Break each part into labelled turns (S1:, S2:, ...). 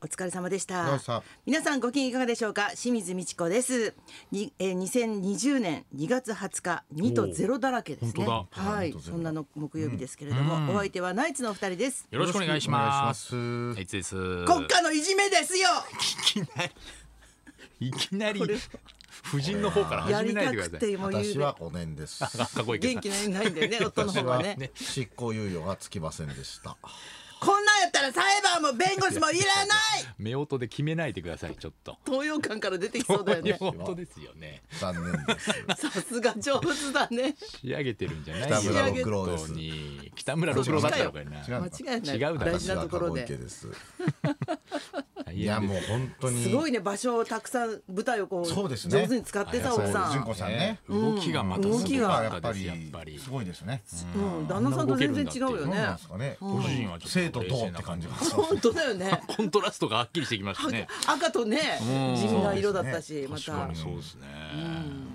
S1: お疲れ様でし
S2: どう
S1: た
S2: でした
S1: 皆さんご機嫌いかがでしょうか清水美智子ですに、えー、2020年2月20日2と0だらけですね
S3: 本
S2: 当だ
S1: はい
S2: 2と0
S1: そんなの木曜日ですけれども、お相手はナイツのお二人です
S3: よろしくお願いします。
S2: お願いし
S3: いつです。
S1: 国家のいじめですよ
S3: いきなり夫人の方から
S1: や
S3: 始め
S1: り
S3: ない
S1: た
S3: でく
S1: く
S3: ださい。
S1: てもう言
S2: 私
S1: うね
S2: は5年です。
S3: かっこいいけど
S1: 元
S3: さ
S1: 気ないんだよね夫の
S2: 私
S1: 方が
S2: は
S1: ね
S2: 執行猶予がつきませんでした。
S1: こんなんやったら裁判も弁護士もいらない
S3: 夫婦で決めないでください。ちょっと。
S1: 東洋館から出てきそうだよね
S3: 本当ですよね。
S2: 残念です。
S1: さすが上手だね
S3: 仕上げてるんじゃない
S2: 北
S3: よ。
S2: 村六郎です
S3: 本当に北村六郎だったのかいな。
S2: 違う
S1: 間
S2: の
S1: 違いない
S3: 違うだろ
S1: 大事なところ
S2: 私は籠池
S1: で
S2: です。
S3: 大変
S2: いやもう本当に。
S1: すごいね場所をたくさん舞台をこう
S2: そうですね
S1: 上手に使って
S3: あ
S1: さ
S2: そう
S1: 奥さ
S2: 純
S1: ん
S2: 子さんね。
S3: 動きがまたす
S1: 動き
S3: ご
S1: が
S3: か
S2: や
S3: っ
S2: ったぱ
S3: です。やっぱ
S2: り
S3: り。
S2: すごいですね。
S1: うん、旦那さんと全然違うよ
S2: どうなん
S1: ね
S2: で。すかね。
S3: ご主人はちょっと
S2: 生と党って感じが。
S1: 本当だよね。
S3: コントラストがはっきりしてきましたね。
S1: 赤とね、地味な色だったし、ま
S3: 確か
S1: た
S3: にそうですね。うん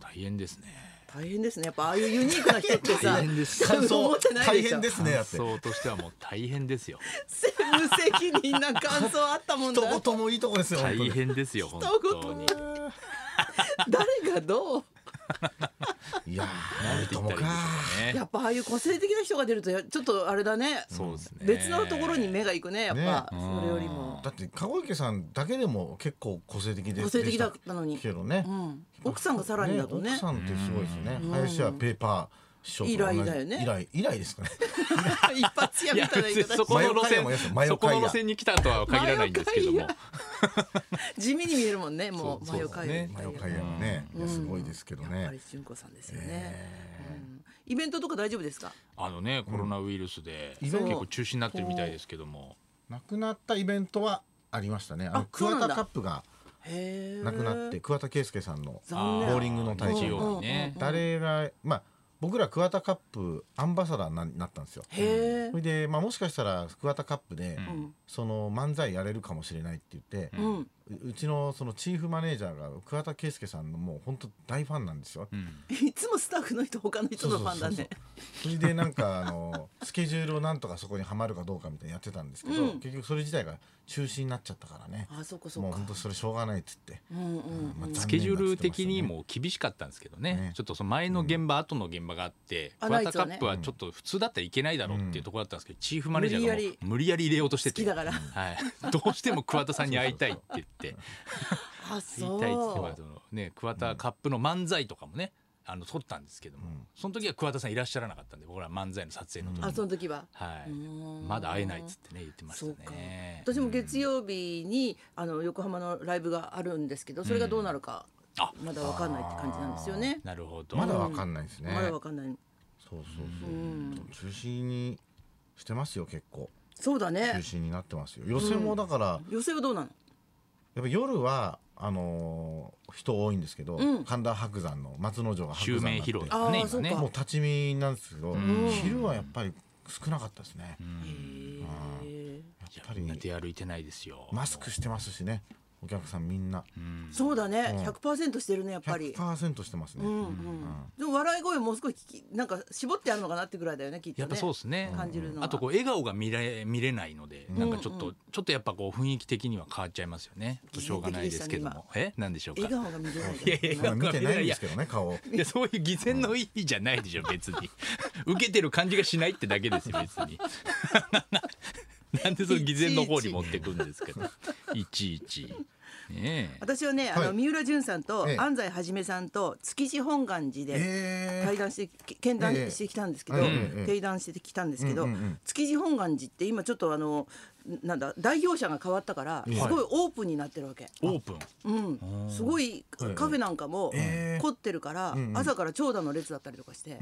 S3: 大変ですね。
S1: 大変ですね。やっぱああいうユニークな人ってさ、
S3: 大変です
S1: 多分思ってない
S2: 大
S1: でしょ
S2: 変で。すね。だって。
S3: そうとしてはもう大変です よ。
S1: 無責任な感想あったもんだ。
S2: 一言もいいとこですよ。本当
S3: 大
S2: に
S3: 変ですよ本当に。
S1: 誰がどう。
S2: いやー、な
S3: 慣れ
S2: る
S3: てい
S2: と
S3: った
S2: も
S3: らいい
S2: か。
S3: ですよ
S1: や
S3: ね。
S1: っぱああいう個性的な人が出るとやちょっとあれだね。
S3: そうですね。
S1: 別のところに目が行くね。やっぱ、
S3: ね
S1: それよりも
S2: だって籠池さんだけでも結構個性的で
S1: 個性的だったのに。
S2: けどね
S1: う。ん。奥さんがさらにだとね
S2: 奥。さんってすごいですよね。林家ペーパー師匠と同じ
S1: 以来だよね
S2: 以来以来で すかね。
S1: 一発屋
S3: い
S1: み
S3: や
S1: たいな言い
S3: 別
S1: 方
S3: にそこの
S2: 真横海もや
S3: 路
S2: つ
S3: 線
S2: 真
S3: そ
S2: 横
S3: こ
S2: 海
S3: の
S2: や
S3: 路線に来たとは限らないんですけど
S1: 真
S3: も
S1: 横地味に見えるもんね。もう
S3: そう
S1: 真
S3: そう
S1: 横海
S3: ね
S1: みた
S2: 真
S1: いな
S2: 横海もね、いやすごいですけど
S1: やっぱ
S2: ね
S1: り。純子さんですよね、うんイベントとか大丈夫ですか
S3: あのねコロナウイルスで
S2: うん
S3: 結構中止になってるみたいですけども
S2: 亡くなったイベントはありましたね。あ
S1: あ
S2: の
S1: そうなんだ
S2: 桑田カップが
S1: へえ
S2: 亡くなって桑田佳祐さんの
S1: 残念
S2: ボーリングの大会
S3: 日曜日ね
S2: 誰がまあ僕ら桑田カップアンバサダーにななったんですよ。
S1: へえ
S2: それでまあもしかしたら桑田カップで
S3: うん
S2: その漫才やれるかもしれないって言って。
S1: うん、うん
S2: ううちのそのチーフマネージャーが桑田佳祐さんのもう本当大ファンなんですよ。
S3: うん
S1: いつもスタッフの人他の人のファンだ
S2: そう
S1: ね
S2: それでなんかあの スケジュールをなんとかそこにはまるかどうかみたいなやってたんですけど、
S1: うん
S2: 結局それ自体が中止になっちゃったからね
S1: あそっかそ
S2: も
S1: っ
S2: う
S1: か
S2: 本当それしょうがないっつって、
S1: うんうん
S2: まあ
S3: スケジュール的に、
S2: 残念だっつってま
S3: も厳しかったんですけどね
S2: ね
S3: ちょっとその前の現場後の現場があって
S1: あナ
S3: 桑田
S1: イツは
S3: カ
S1: ね
S3: ップはちょっと普通だったらいけないだろうっていうところだったんですけどチーフマネージャーが
S1: 無理
S3: も
S1: やり
S3: う無理やり入れようとして
S1: 好き
S3: て
S1: だから
S3: はいどうしても桑田さんに会いたいって言って
S1: あ
S3: 言
S1: そ
S3: いたいっつってまあ
S1: う
S3: そのね桑田カップの漫才とかもねあの撮ったんですけども、
S2: うん
S3: その時は桑田さんいらっしゃらなかったんで僕ら漫才の撮影の時に、
S1: あその時は
S3: はい、
S1: うん
S3: まだ会えないっつってね言ってましたね
S1: 私も月曜日にあの横浜のライブがあるんですけどそれがどうなるか、
S3: あ
S1: まだわかんないって感じなんですよね
S3: なるほど
S2: まだわかんないですね、
S1: まだわかんない
S2: そうそうそう、
S1: うん
S2: 中止にしてますよ結構
S1: そうだ
S2: 中
S1: ね
S2: 止になってますよ予選もだから、
S1: 寄せはどうなの
S2: やっぱ夜はあのー人多いんですけど、
S1: うん
S2: 神田伯山の松之丞が
S3: 襲
S2: 伯山
S3: 名
S2: になっ
S3: 披
S2: て
S3: 露だからね
S1: あー
S3: 今ね
S1: そうか
S2: もう立ち見なんですけど、
S3: ん
S2: 昼はやっぱり少なかったですね、
S1: へえ
S2: や
S3: やっ
S2: っ
S3: ぱ
S2: ぱ
S3: り
S2: り
S3: みんな出歩いてないですよ
S2: マスクしてますしねお客さんみんな
S3: うん
S1: そうだね、
S2: うん
S1: 100%してるねやっぱり。
S2: 100%してますね、
S1: うんうん
S2: ん
S1: でも笑い声もう少し聞きなんか絞ってあるのかなってぐらいだよねきっとね。
S3: やっぱそうですね、
S1: 感じるのは
S3: あとこう笑顔が見れ見れないので、なんかちょっとちょっとやっぱこう雰囲気的には変わっちゃいますよね
S1: 擬似的でした
S3: しょうがないですけども、えなんでしょうか
S1: 笑顔が見れない
S3: いや
S1: じ
S3: いや
S2: まだ見てないんですけどね顔
S3: いやそういう偽善の意味じゃない でしょ別に受けてる感じがしないってだけですよ別に なんでその偽善の方に持ってくんですけどいちいちねえ
S1: ゃん私はね、あ
S2: は
S1: の
S2: い
S1: 三浦淳さんと
S2: ええ
S1: 安西はじめさんと築地本願寺で
S2: え
S1: 対談してけ見談
S2: ええ
S1: してきたんですけど、
S2: ええええ
S1: 定談してきたんですけど、
S2: うんうんうん
S1: 築地本願寺って今ちょっとあのなんだ代表者が変わったからす
S2: ええ
S1: ごいオープンになってるわけ。
S3: オープン
S1: うん、すごいカ
S2: はい
S1: フェなんかも
S2: ええ
S1: 凝ってるから、
S2: んうん
S1: 朝から長蛇の列だったりとかして、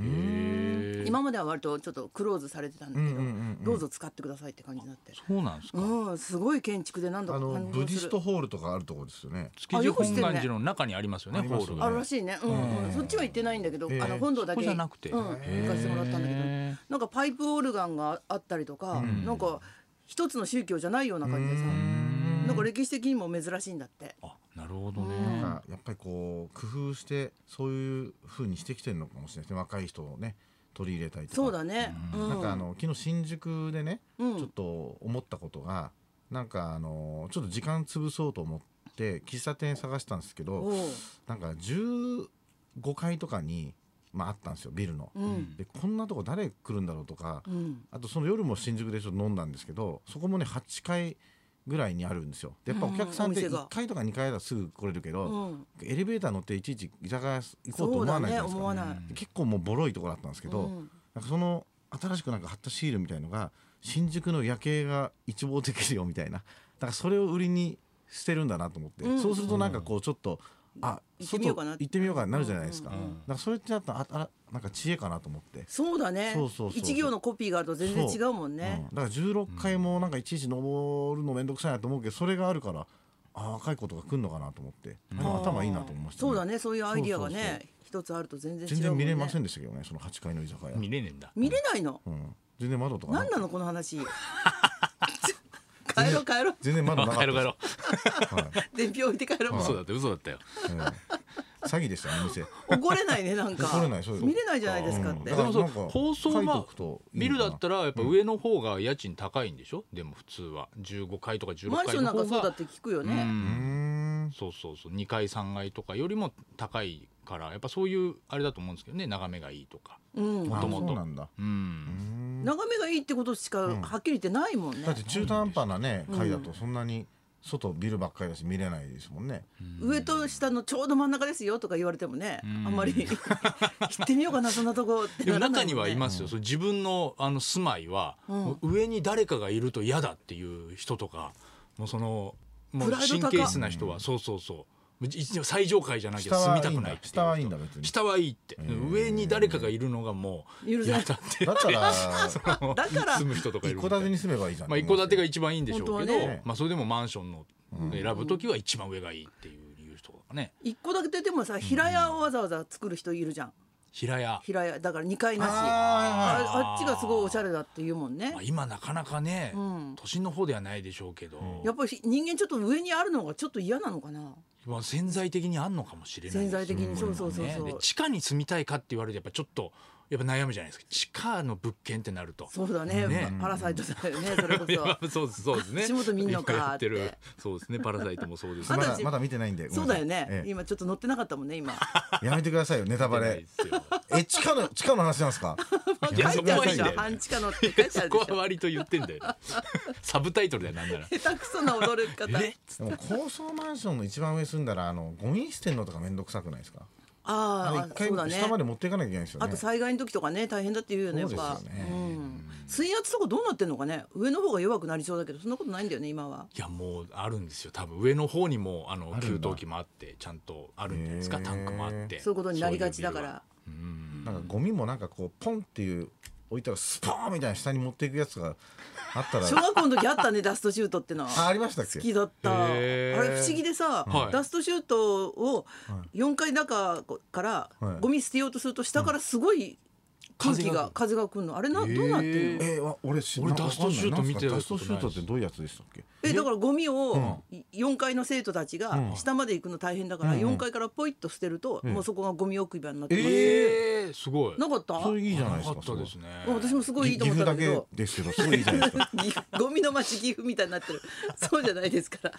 S1: 今までは割とちょっとクローズされてたんだけど、
S2: うんうんうんうん
S1: どうぞ使ってくださいって感じになって、
S3: そうなんですか
S1: うん、すごい建築でなんだ
S2: あ
S1: か
S2: の
S1: 感
S2: ブ
S1: 動
S2: ディ
S1: す
S2: ス
S1: る
S2: トホールとかあるところですよね
S3: 築地本願寺の中にありますよね
S2: あよく
S3: ホ
S2: 知ってんね
S1: あ
S3: ールが
S1: る
S3: ね
S1: らしいね、うんうんそっちは行ってないんだけど、
S2: ええ
S1: あの本堂だけ
S3: そこじゃなくて
S1: うん、行かせてもらったんだけど
S3: へ
S1: なんかパイプオールガンがあったりとか、なんか一つの宗教じゃないような感じでさなんか歴史的にも珍しいんだって。
S3: あなるほど
S2: なん
S3: ね
S2: かやっぱりこう工夫してそういう風にしてきてるのかもしれないですね若い人をね取り入れたりとか
S1: そうだね、うん
S2: なんかあの昨日新宿でね、
S1: うん
S2: ちょっと思ったことがなんかあのちょっと時間潰そうと思って喫茶店探したんですけ
S1: お
S2: ど
S1: う
S2: なんか15階とかに、まあ、あったんですよビルの。
S1: うん
S2: でこんなとこ誰来るんだろうとか
S1: うん
S2: あとその夜も新宿でちょっと飲んだんですけどそこもね8階ぐらいにあるんですよ。でやっぱお客さんっ
S1: う
S2: て
S1: んお店が
S2: 1階とか2階だとすぐ来れるけど、
S1: うん
S2: エレベーター乗っていちいち居酒屋行こうと
S1: そう
S2: 思
S1: だ
S2: わないじ
S1: ね
S2: ゃないです
S1: 思
S2: か
S1: わ。ない
S3: うん
S2: 結構もうボロいとこだったんですけど、
S1: うん
S2: なんかその新しくなんか貼ったシールみたいのが新宿の夜景が一望できるよみたいなだからそれを売りにしてるんだなと思って、
S1: うん
S2: そうするとなんかこうちょっと、あ
S1: 行ってみようかな
S2: 外行ってみようかななるじゃないですか,、
S1: うんうん
S3: うん
S2: だからそれってやったらああらなんか知恵かなと思って、
S1: そうだね
S2: そうそうそう
S1: 一行のコピーがあると全然違うもんね
S2: うんだから16階もなんかいちいち登るの面倒くさいなと思うけどそれがあるからあ若い子とか来んのかなと思って、あれ頭いいなと思いました、
S1: そうだねそういうアイディアが
S2: そうそう
S1: ね一つあると全然違う
S2: 全然
S1: もんね
S2: 見れませんでしたけどねその8階の居酒屋、
S3: 見れねえんだ
S1: 見れないの
S2: うん、全然窓とか
S1: 何なのこの 話帰ろう帰ろう
S2: 全然 窓なかった
S3: 帰ろう帰ろ
S2: はい
S1: 伝票置いて帰ろ
S3: う
S1: う
S3: 嘘だった嘘だったよ
S2: うん詐欺でしたね店
S1: 怒れないねなんか
S2: 怒れないそう
S1: 見れないじゃないですかっ
S2: う
S1: て
S2: ん
S3: でもそ
S2: な
S3: うん
S2: か
S3: 放送
S2: 書いと
S3: は
S2: くといい
S3: ビ
S2: の
S3: ル
S2: かな
S3: だったらやっぱ上の方が家賃高いんでしょでも普通は15階とか16
S1: マンショ
S3: 階
S1: ンな
S3: の
S1: んかそ
S3: 方
S1: うだ
S3: が
S1: って聞くよ
S3: う
S1: ね
S2: うんん
S3: そうそうそう2階3階とかよりも高いからやっぱそういうあれだと思うんですけどね眺めがいいとか
S1: うん
S2: あ
S3: もともと
S2: そうなんだ
S3: う
S2: うんんだ
S1: 眺めがいいってことしか
S2: うん
S1: はっきり言ってないもんね
S2: って中途半端なね
S1: うん
S2: 階だとそんなに外ビルばっかりだし見れないですもんね
S1: 上と下のちょうど真ん中ですよとか言われてもねあ
S3: うん
S1: んまり 行ってみようかなそんなとこって
S3: でも
S1: ならな
S3: 中
S1: い
S3: に
S1: もん
S3: はい
S1: ね
S3: ますよ、そう自分のあの住まいは、
S1: うん
S3: もう上に誰かがいると嫌だっていう人とかもうそのもう
S1: プライド
S3: 神
S1: 高
S3: 経質な人は、そうそうそう一応最上階じゃなきゃ
S2: 下
S3: 住
S2: は
S3: み
S2: い
S3: た
S2: い
S3: く
S2: ん
S3: ないっ
S2: だ
S3: ていう人
S2: 下はいいんだ別に
S3: 下はいいって、
S2: うん
S3: 上に誰かがいるのがもう
S1: 許せない
S3: 嫌だって
S2: だから
S1: だから
S3: 住む人とかい
S2: 一
S3: る
S2: 戸
S3: みた
S2: 建て
S3: い
S2: に住めばいいじゃん
S3: まあ一戸建てが一番いいんでしょうけ
S1: 本
S3: ど、
S1: 当は
S2: ね
S3: まあそれでもマンションの
S2: うん
S3: 選ぶときは一番上がいいっていう理由とかね
S1: 一個だけでもさ平屋をわざわざ作る人いるじゃん
S3: 平屋
S1: 平屋だから2階なしあ
S2: あ
S3: ー
S1: あっちがすごいおしゃれだって言うもんね
S3: まあ、今なかなかね、
S1: うん
S3: 都心の方ではないでしょうけど、
S1: やっぱり人間ちょっと上にあるのがちょっと嫌なのかな
S3: まあ、潜在的にあんのかもしれないです
S1: 潜在的にそうそうそうそう
S3: ねで地下に住みたいかって言われてやっぱちょっとやっぱ悩むじゃないですか地下の物件ってなると。
S1: そうだね
S3: ね
S1: パパラサイトだよねそれこ
S3: いや
S1: そ
S3: そうですそうです ね。
S1: 足元見んのか
S3: 今やってる
S1: って
S3: そうですね。パラサイトもそうです
S2: ー
S1: ま
S2: ま
S1: だ
S2: だまだ見てないんで
S1: そうだよね、
S2: ええ
S1: 今ちょっと乗ってなかったもん ね今
S2: やめてくださいよネタバ
S3: ない
S2: レ
S3: ですよ
S2: え地下の地下の話なんですか
S3: い や
S1: 書
S3: そ
S1: い
S3: こ
S1: てあ
S3: は
S1: る
S3: いい
S1: で
S3: ん
S1: しょ
S3: だよ
S1: 半地下のって書いてある
S3: そ
S1: でし
S3: こは
S1: ょ
S3: 割と言ってんだよね。 サブタイトルだよなんなら。
S1: 下手くそな踊れ 方
S3: え
S2: でも高層マンションの一番上住んだらあのゴミ捨てんのとか面倒くさくないですか
S1: ああそ
S2: あれ一
S1: うだ
S2: 回
S1: ね
S2: 下まで持っていかなきゃいけないですよね
S1: あと災害の時とかね大変だって言うよねやっぱ
S2: そうですよね
S1: うん、水圧とかどうなってんのかね上の方が弱くなりそうだけどそんなことないんだよね今はい
S3: やもうあるんですよ多分上の方にもあの
S2: ある
S3: 給
S2: んだ
S3: 湯器もあってちゃんとあるんじゃないですか
S2: へー
S3: タンクもあって
S1: そういうことになりがちだから
S3: そういうビルはうん
S2: なんかゴミもなんかこうポンっていう置いたらスポーンみたいな下に持っていくやつがあった
S1: 小
S2: ら
S1: 学校の時あ ったねダストシュートってのは
S2: あありましたっ
S1: 好
S2: け
S1: きだったあ
S3: へ
S1: れ
S3: ー
S1: 不思議でさ、
S3: はい
S1: ダストシュートを
S2: は
S1: 4階中から
S2: はい
S1: ゴミ捨てようとすると下からすごい空気が風が来るのあれなどうなってんの、
S3: へー
S2: えー、わ俺知な
S3: 俺
S2: んか
S3: ダストシュー
S2: わ
S3: ト
S2: かんない
S3: 見てた
S2: なん
S3: こ
S2: すかダストシ
S3: と
S2: ュートっ
S3: な
S2: てどういうやつでしたっけ
S1: えだからゴミを
S2: う
S1: 4階の生徒たちが
S2: うん
S1: 下まで行くの大変だから
S2: うんうん
S1: 4階からポイッと捨てると
S2: ん
S1: もうそこがゴミ置き場になってます、
S3: えーすごい
S1: なかった
S2: それいいじゃないです
S3: な
S2: か
S3: かったですね
S1: 私もすごいいいと
S2: 岐
S1: 思っ
S2: 阜
S1: たん
S2: だ
S1: だけ
S2: け
S1: ど
S2: ですけどすごいいいじゃないですか
S1: 岐阜ゴミの町岐阜みたいになってる そうじゃないですから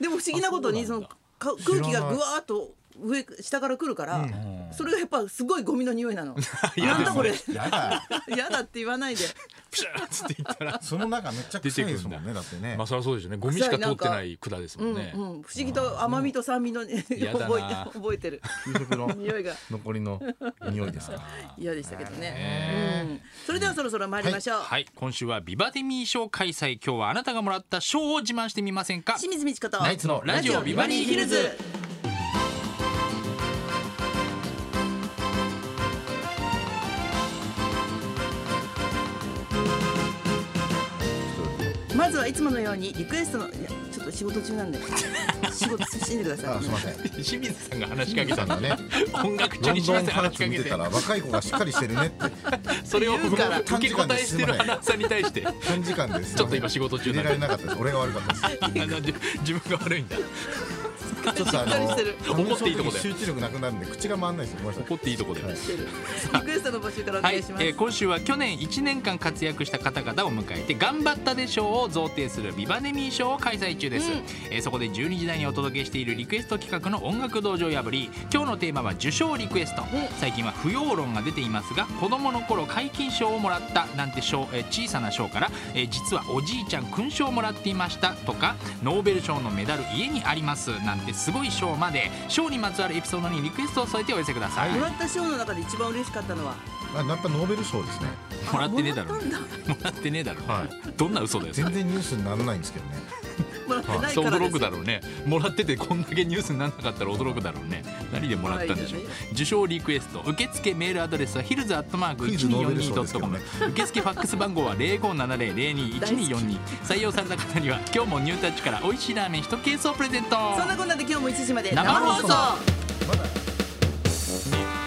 S1: でも不思議なことに
S3: あ
S1: そ
S3: そう
S1: の
S3: なんだ
S1: か空気がぐわーっと上下から来るから、
S3: ん
S1: それがやっぱすごいゴミの匂い なの
S3: や
S1: なんだこれ
S2: やだ
S1: 嫌だって言わないで
S3: プシャーっつって言ったら
S2: その中めっちゃ臭いですもんねだってね
S3: まあそりゃそうですよ ねゴミしか通ってない管ですもんね
S1: うんうん、不思議と甘みと酸味の、ね、覚え
S3: や
S1: て
S3: だな
S1: 覚えてる
S2: 給食の
S1: 匂いが
S2: 残りの匂いですから
S1: 嫌でしたけどね
S3: ね、
S1: うん、それではそろそろ参りましょう、
S3: はい今週はビバデミー賞開催今日はあなたがもらった賞を自慢してみませんか
S1: 清水美智子と
S3: ナイツのラジオビバリーヒルズ
S1: まずはいつものようにリクエストのいやちょっと仕事中 なんで仕事進んでください
S2: あすいません
S3: 清水さんが話し かけた
S2: さん
S3: んだ
S2: がね
S3: 音楽中
S2: ロ
S3: に
S2: ン
S3: 清
S2: ドン
S3: 水さん
S2: カー
S3: 話し
S2: ツ
S3: か
S2: 見
S3: け
S2: て
S3: て
S2: たら若い子がしっかりしてるねって
S3: それを
S1: 言うから
S3: 受け答えしてる花さんに対 して
S2: 短時間です
S3: ちょっと今仕事中
S2: 入
S3: な
S2: れ
S3: ん
S2: られなか
S3: で
S2: ったです俺が悪かったです
S3: あな自分が悪いんだ
S2: ちょっとあの
S1: しっかりしてる
S3: 怒っていいとこだ
S2: 話
S3: よ
S2: す時に集中力なくなるんで口が回らないですごめんなさ
S3: 怒
S2: い
S3: っていいとこだよ
S2: は
S1: リ
S2: い
S1: クエストの募集からお
S3: はい、
S1: 願い
S3: え
S1: します、
S3: ー今週は去年1年間活躍した方々を迎えて頑張ったで賞を贈呈するビバネミー賞を開催中です、
S1: うん
S3: えーそこで12時台にお届けしているリクエスト企画の音楽道場破り今日のテーマは受賞リクエスト、
S1: ん
S3: 最近は不要論が出ていますが子供の頃解禁賞をもらったなんて賞、えー小さな賞から、えー実はおじいちゃん勲章をもらっていましたとかノーベル賞のメダル家にありますなんてすごい賞まで賞にまつわるエピソードにリクエストを添えてお寄せください、
S1: もらった賞の中で一番嬉しかったのは
S2: あやっぱノーベル賞ですね
S3: もらってねえだろ
S1: もらったんだ
S3: もらってねえだろ、
S2: は
S3: どんな嘘だよそれ
S2: 全然ニュースにならないんですけどね
S1: もらってない
S3: そう
S1: から
S3: 驚
S1: で
S3: く
S1: す
S3: だろうねもらっててこんだけニュースにならなかったら驚くだろうね何でもらったんでし
S1: 可
S3: ょう
S1: 愛いよね
S3: 受賞リクエスト受付メールアドレスはヒルズアットマーク
S2: クイズノーベル賞ですけど
S3: 1242.com
S2: ね
S3: 受付ファックス番号は0570021242採用された方には今日もニュータッチから美味しいラーメン1ケースをプレゼント
S1: そんなこんなで今日も1時まで
S3: 生放送
S2: まだ
S3: 日